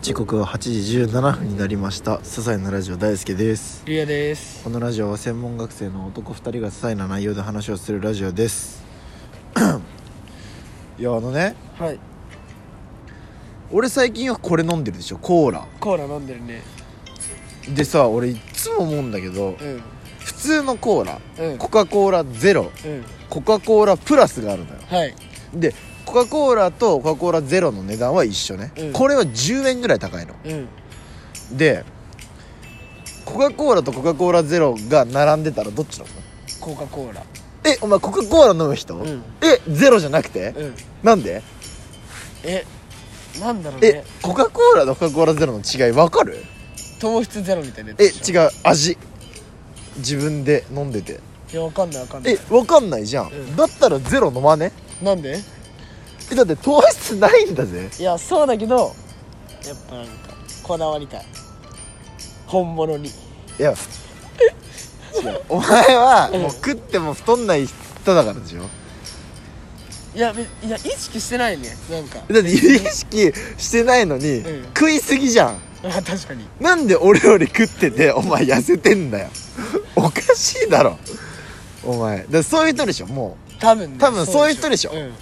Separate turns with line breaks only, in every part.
時刻は8時17分になりました些細なラジオ大輔です
リアです
このラジオは専門学生の男2人が些細な内容で話をするラジオです いやあのね
はい
俺最近はこれ飲んでるでしょコーラ
コーラ飲んでるね
でさ俺いっつも思うんだけど
うん
普通のコーラ
うん
コカ・コーラゼロ
うん
コカ・コーラプラスがあるのよ
はい
でコカ・コーラとコカ・コーラゼロの値段は一緒ね、
うん
これは10円ぐらい高いの
うん
でコカ・コーラとコカ・コーラゼロが並んでたらどっちなの
コカ・コーラ
えお前コカ・コーラ飲む人、
うん
えゼロじゃなくて、
うん
なんで
えなんだろう
え
ね
コカ・コーラとコカ・コーラゼロの違いわかる
糖質ゼロみたいなやつ
え
でし
違う味自分で飲んでて
ょいやわかんないわかんない
えわかんないじゃん、
うん
だったらゼロ飲まね
なんで
えだって糖質ないんだぜ
いやそうだけどやっぱなんかこだわりたい本物に
い や違うお前は
うん
もう食っても太んない人だからでしょ
いやめいや意識してないねなんか
だって意識してないのに、
うん
食いすぎじゃん
あ確かに
なんで俺より食っててお前痩せてんだよ おかしいだろお前だからそういう人でしょも
多分ね
多分そういう人でしょ
うん
う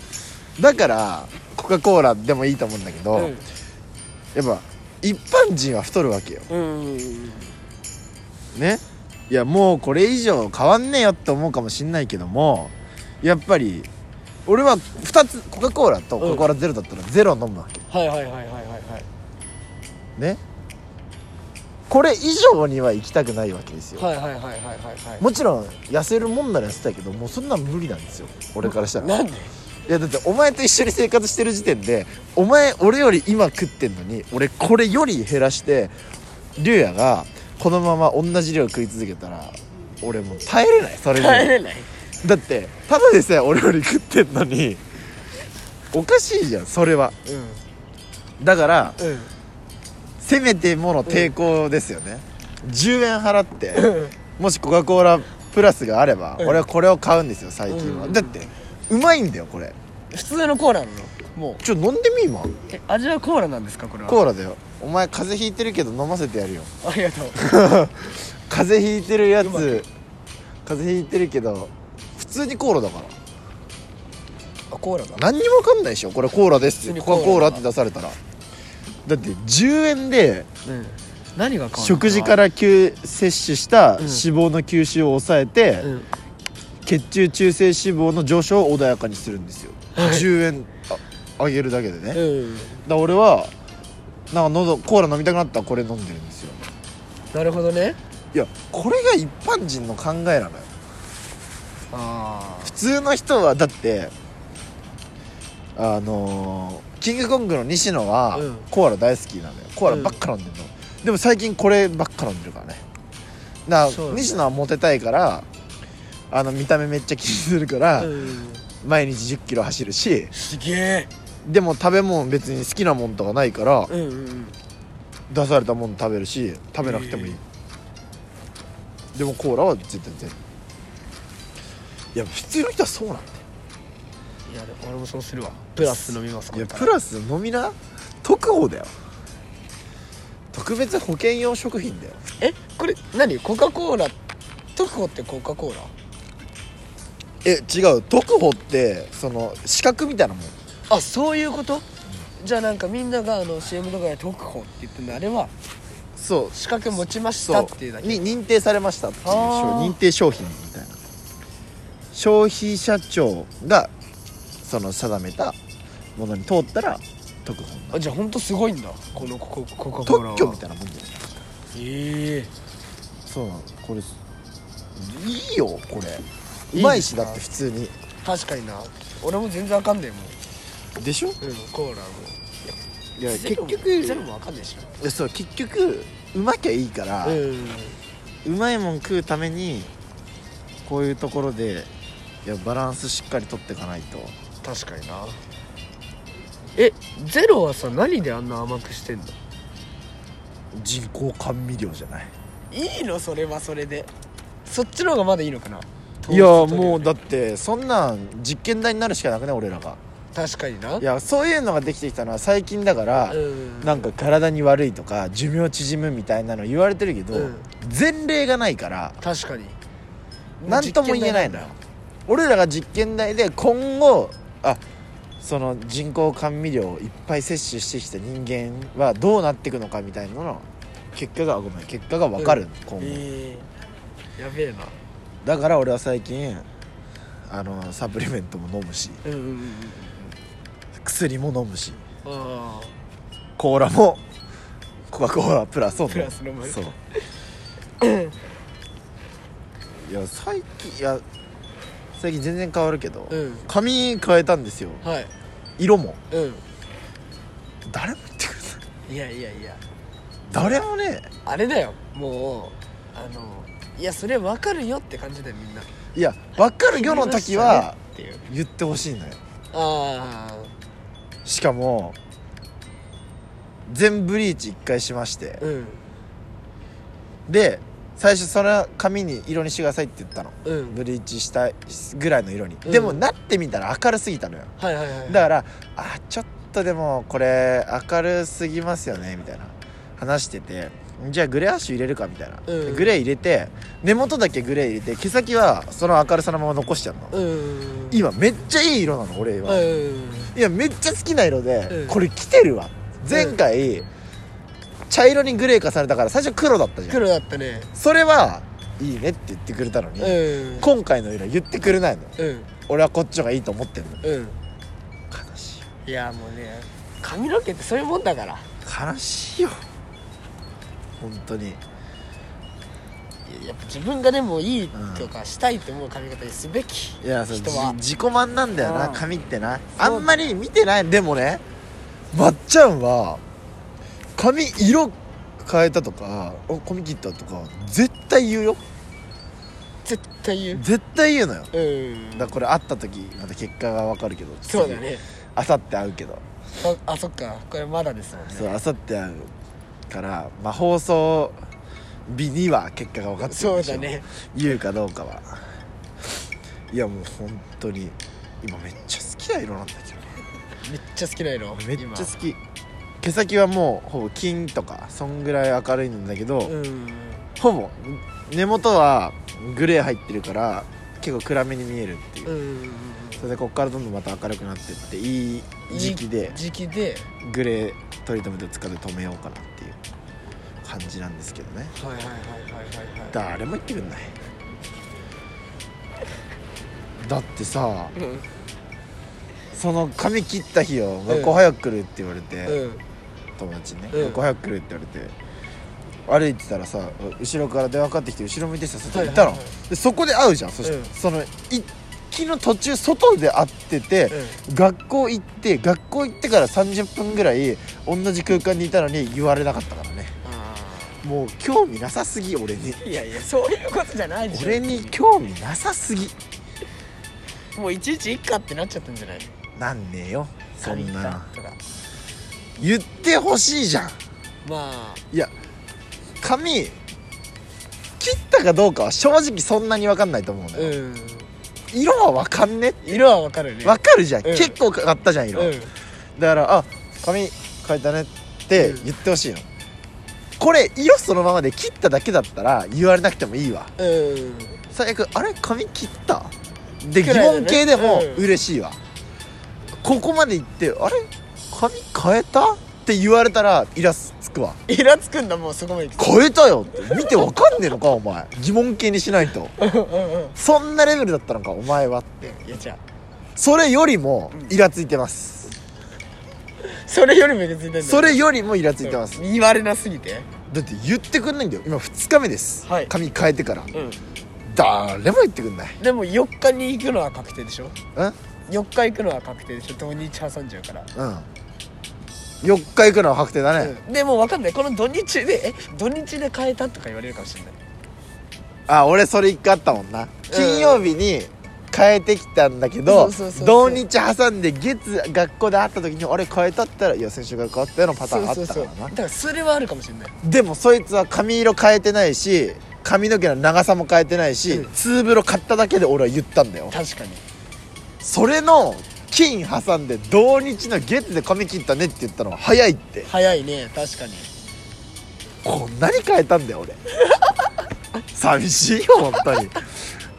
だからコカ・コーラでもいいと思うんだけど、
うん
やっぱ一般人は太るわけよ
うんうんうん
ねいやもうこれ以上変わんねえよって思うかもしんないけどもやっぱり俺は2つコカ・コーラとコカ・コーラゼロだったらゼロ飲むわけ
はいはいはいはいはいはい
ねこれ以上には行きたくないわけですよ、
はいはいはいはいはいはい
もちろん痩せるもんなら痩せたいけどもうそんなん無理なんですよ俺からしたら
なんで
いやだってお前と一緒に生活してる時点でお前俺より今食ってんのに俺これより減らして竜也がこのまま同じ量食い続けたら俺もう耐えれないそれに
帰れない
だってただでさえ俺より食ってんのにおかしいじゃんそれは
う
だから
んうん
せめてもの抵抗ですよね、10円払ってもしコカ・コーラプラスがあれば
うん
俺はこれを買うんですよ最近は、
うん
だってうまいんだよこれ
普通のコーラなのもう
ちょ飲んでみ今
え味はコーラなんですかこれは
コーラだよお前風邪ひいてるけど飲ませてやるよ
ありがとう
風邪ひいてるや
うまい
つ風邪ひいてるけど普通にコーラだから
あ コーラだ
何にも分かんないでしょこれコーラです
普通
よ
に
コカ・コーラって出されたらだって10円で
うん何が変わるの
食事から吸摂取した
ん
脂肪の吸収を抑えて、
うん
血中中性脂肪の上昇を穏やかにするんですよ、
はい
10円ああげるだけでね、だか
うん
ら俺はなんか喉コーラ飲みたくなったらこれ飲んでるんですよ
なるほどね
いやこれが一般人の考えなのよ
あ
普通の人はだってあのーキングコングの西野は
うん
コーラ大好きなのよコーラばっか飲んでるの、でも最近こればっか飲んでるからねだか
そう
ら
だね
西野はモテたいからあの見た目めっちゃ気にするから、
うん
毎日1 0キロ走るし
すげえ
でも食べ物別に好きなもんとかないから
うんうんうん
出されたもん食べるし食べなくてもいい、
へ
でもコーラは絶対全いや普通の人はそうなんだよ
いやでも俺もそうするわプラス飲みます
いやプ
ス
ラス飲みな特保だよ特別保険用食品だよ
えこれ何コカ・コーラ特コってコカ・コーラ
え違う特保ってその資格みたいなもん
あそういうことじゃあなんかみんながあの CM とかで特コって言ってるのあれは
そう
資格持ちました
そ
っていうだ
う
け
に認定されましたっていう商
あー
認定商品みたいな消費者庁がその定めたものに通ったら特保になる
あじゃあ本当すごいんだこのコココカ・コーラ
特
は
許みたいなもんじゃない
え
そうなのこれいいよこれ
いいですか
うまいしだって普通に
え確かにな俺も全然わかんねえも
でしょ
ん、うん、コーラも
いや結
ゼロも
局
ゼロもわかんねえし
いやそう結局うまきゃいいから、
う
うんまいもん食うためにこういうところでいやバランスしっかりとっていかないと
確かになえゼロはさ何であんな甘くしてんの
人工甘味料じゃない
いいのそれはそれでそっちの方がまだいいのかない
やもうだってそんなん実験台になるしかなくね俺らが
確かにない
やそういうのができてきたのは最近だから、
うん
なんか体に悪いとか寿命縮むみたいなの言われてるけど、
うん
前例がないから
確かに
何とも言えないのよ俺らが実験台で今後あその人工甘味料をいっぱい摂取してきた人間はどうなっていくのかみたいなのの結果がごめん結果が分かる、今後、
ええやべえな
だから俺は最近あのサプリメントも飲むし
うんうんうん
薬も飲むし
あ
コーラもコカ・コーラプラスを飲む
プラス飲む
そういや最近いや最近全然変わるけど、
あうん
髪変えたんですよ
はい
色も
う
誰も言ってくれない
んいやいやいや
誰もね
あれだよもうあのいやそれ分かるよって感じだよみんない
や分かるよの時は
決めましたねってい
言
う
ってほしいのよ
あ
しかも全ブリーチ1回しまして
あうん
で最初その髪に色にしてくださいって言ったの
うん
ブリーチしたぐらいの色に、
うん
でもなってみたら明るすぎたのよ
はいはいはい
だからあちょっとでもこれ明るすぎますよねみたいな話しててじゃあグレーアッシュ入れるかみたいな、
うん
グレー入れて根元だけグレー入れて毛先はその明るさのまま残しちゃうの、
うん
今めっちゃいい色なの俺今、
うん
いやめっちゃ好きな色で、
うん
これ来てるわ前回、茶色にグレー化されたから最初黒だったじゃん
黒だったね
それはいいねって言ってくれたのに、
うん
今回の色言ってくれないの
うん
俺はこっちの方がいいと思ってんの
うん
悲しい
いやもうね髪の毛ってそういうもんだから
悲しいよ本当に
いややっぱ自分がでもいいとかしたいと思う髪型にすべき
いやそう
人は
じ自己満なんだよな
うん
髪ってなあ
そうだ
んまり見てないでもねまっちゃんは髪色変えたとかお髪切ったとか絶対言うよ
絶対言う
絶対言うのよ
う
だ
ん
からこれ会った時また結果が分かるけど
そうだね
あさって会うけど
ああそっかこれまだですもんね
そうあさって会うからまあ放送日には結果が分かってる
そう
でしょ
だね
言うかどうかはいやもう本当に今めっちゃ好きな色なんだけど
めっちゃ好きな色
めっちゃ好き毛先はもうほぼ金とかそんぐらい明るいんだけど、
今うん
ほぼ根元はグレー入ってるから結構暗めに見えるっていう、
うん
それでこっからどんどんまた明るくなってっていい時期で
時期で
グレートリートメント使って止めようかなっていう感じなんですけどね
はいはいはいはいはいはい
誰も言ってくんないだってさ
うん
その髪切った日を「
ええ
学校早く来る」って言われて、
うん
友達にね「
ええ
学校早く来る」って言われて歩いてたらさ後ろから電話かかってきて後ろ向いてさ外行ったの、
はいはい
でそこで会うじゃんそして、
ええ
その行きの途中外で会ってて、学校行って学校行ってから30分ぐらい同じ空間にいたのに言われなかったからね
あ
もう興味なさすぎ俺に
ーいやいやそういうことじゃないでしょ
俺に興味なさすぎ
もういちいちいっかってなっちゃったんじゃない
なんねえよそん
髪
な
型とか
言ってほしいじゃん
まあ
いや髪切ったかどうかは正直そんなに分かんないと思うのよ、
うん
色は分かんね
色はわかるね
分かるじゃん、
うん
結構かかったじゃん色、
うん
だからあ髪変えたねって言ってほしいの、これ色そのままで切っただけだったら言われなくてもいいわ
うん
最悪あれ髪切ったで
く
疑
らいだね
問系でも
うん
嬉しいわ、ここまで行ってあれ髪変えたって言われたらイラつくわ
イラつくんだもうそこまで来て
変えたよって見てわかんねえのかお前疑問形にしないと
うんうん
そんなレベルだったのかお前は
うんいやじゃ
それよりもイラついてます、
あそれよりもイラついてんだよ
それよりもイラついてます、
言われなすぎて
だって言ってくんないんだよ今2日目です、
はい
髪変えてから
うん
誰も言ってくんない
でも4日に行くのは確定でしょ
うん
4日行くのは確定でしょ土日挟んじゃうから、
うん4日行くのは確定だね、
うんでも分かんないこの土日でえ土日で変えたとか言われるかもしれない
あ俺それ1回あったもんな金曜日に変えてきたんだけど、
そうそうそうそ
土
う
日挟んで月学校で会った時に俺変えたって言ったらいや先週が変わったようなパターンあったからな
そうそうそうだからそれはあるかもしれない
でもそいつは髪色変えてないし髪の毛の長さも変えてないし、
うん
ツーブロ買っただけで俺は言ったんだよ
確かに
それの金挟んで同日の月で髪切ったねって言ったのは早いって
早いね確かに
こんなに変えたんだよ俺 寂しいよ本当に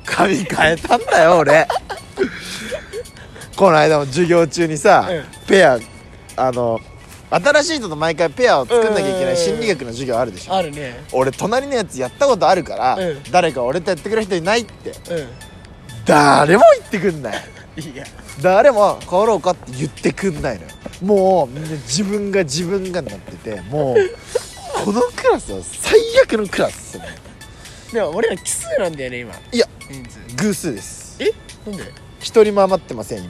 髪変えたんだよ俺この間も授業中にさ、
うん
ペアあの新しい人と毎回ペアを作んなきゃいけない心理学の授業あるでしょ
あるね
俺隣のやつやったことあるから、
うん
誰か俺とやってくれる人いないって
う
誰も言ってくんない
んいや
誰も変わろうかって言ってくんないのよもうみんな自分が自分がになっててもうこのクラスは最悪のクラスですね
でも俺ら奇数なんだよね今
いや
人数
偶数です
えなんで
一人も余ってません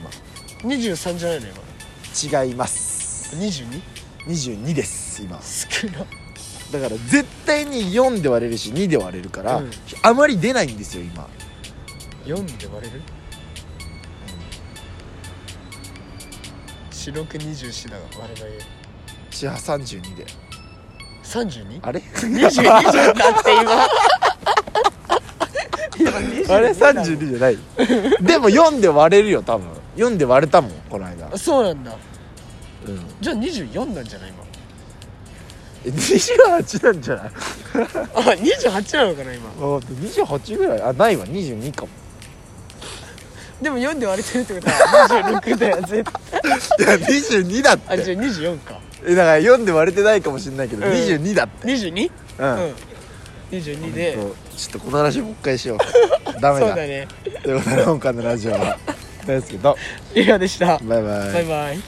23じゃないの
今違います
今 22?
22です今
少な
だから絶対に4で割れるし2で割れるから、
うん
あまり出ないんですよ今
4で割れる四六二十四だが割れないよ
四波32で
32?
あれ
22じゃなくて今今
あ れ
22だ
32じゃないでも4で割れるよ多分4で割れたもんこの間、
あそうなんだ
うん、
じゃあ24なんじゃない今
え28なんじゃない
あ28なのかな今
あ28ぐらいあないわ22かも
でも4で割れてるってことは26だよ絶対
いや22だっ
あじゃあ24か
えだから4で割れてないかもしれないけど、
うん
22だって、
22?
うん
うん22で
そうちょっとこの話もう一回しようダ
そう
メだ
だね
ということで今回のラジオは大好きど
リアでした
バイバイ
バイバイ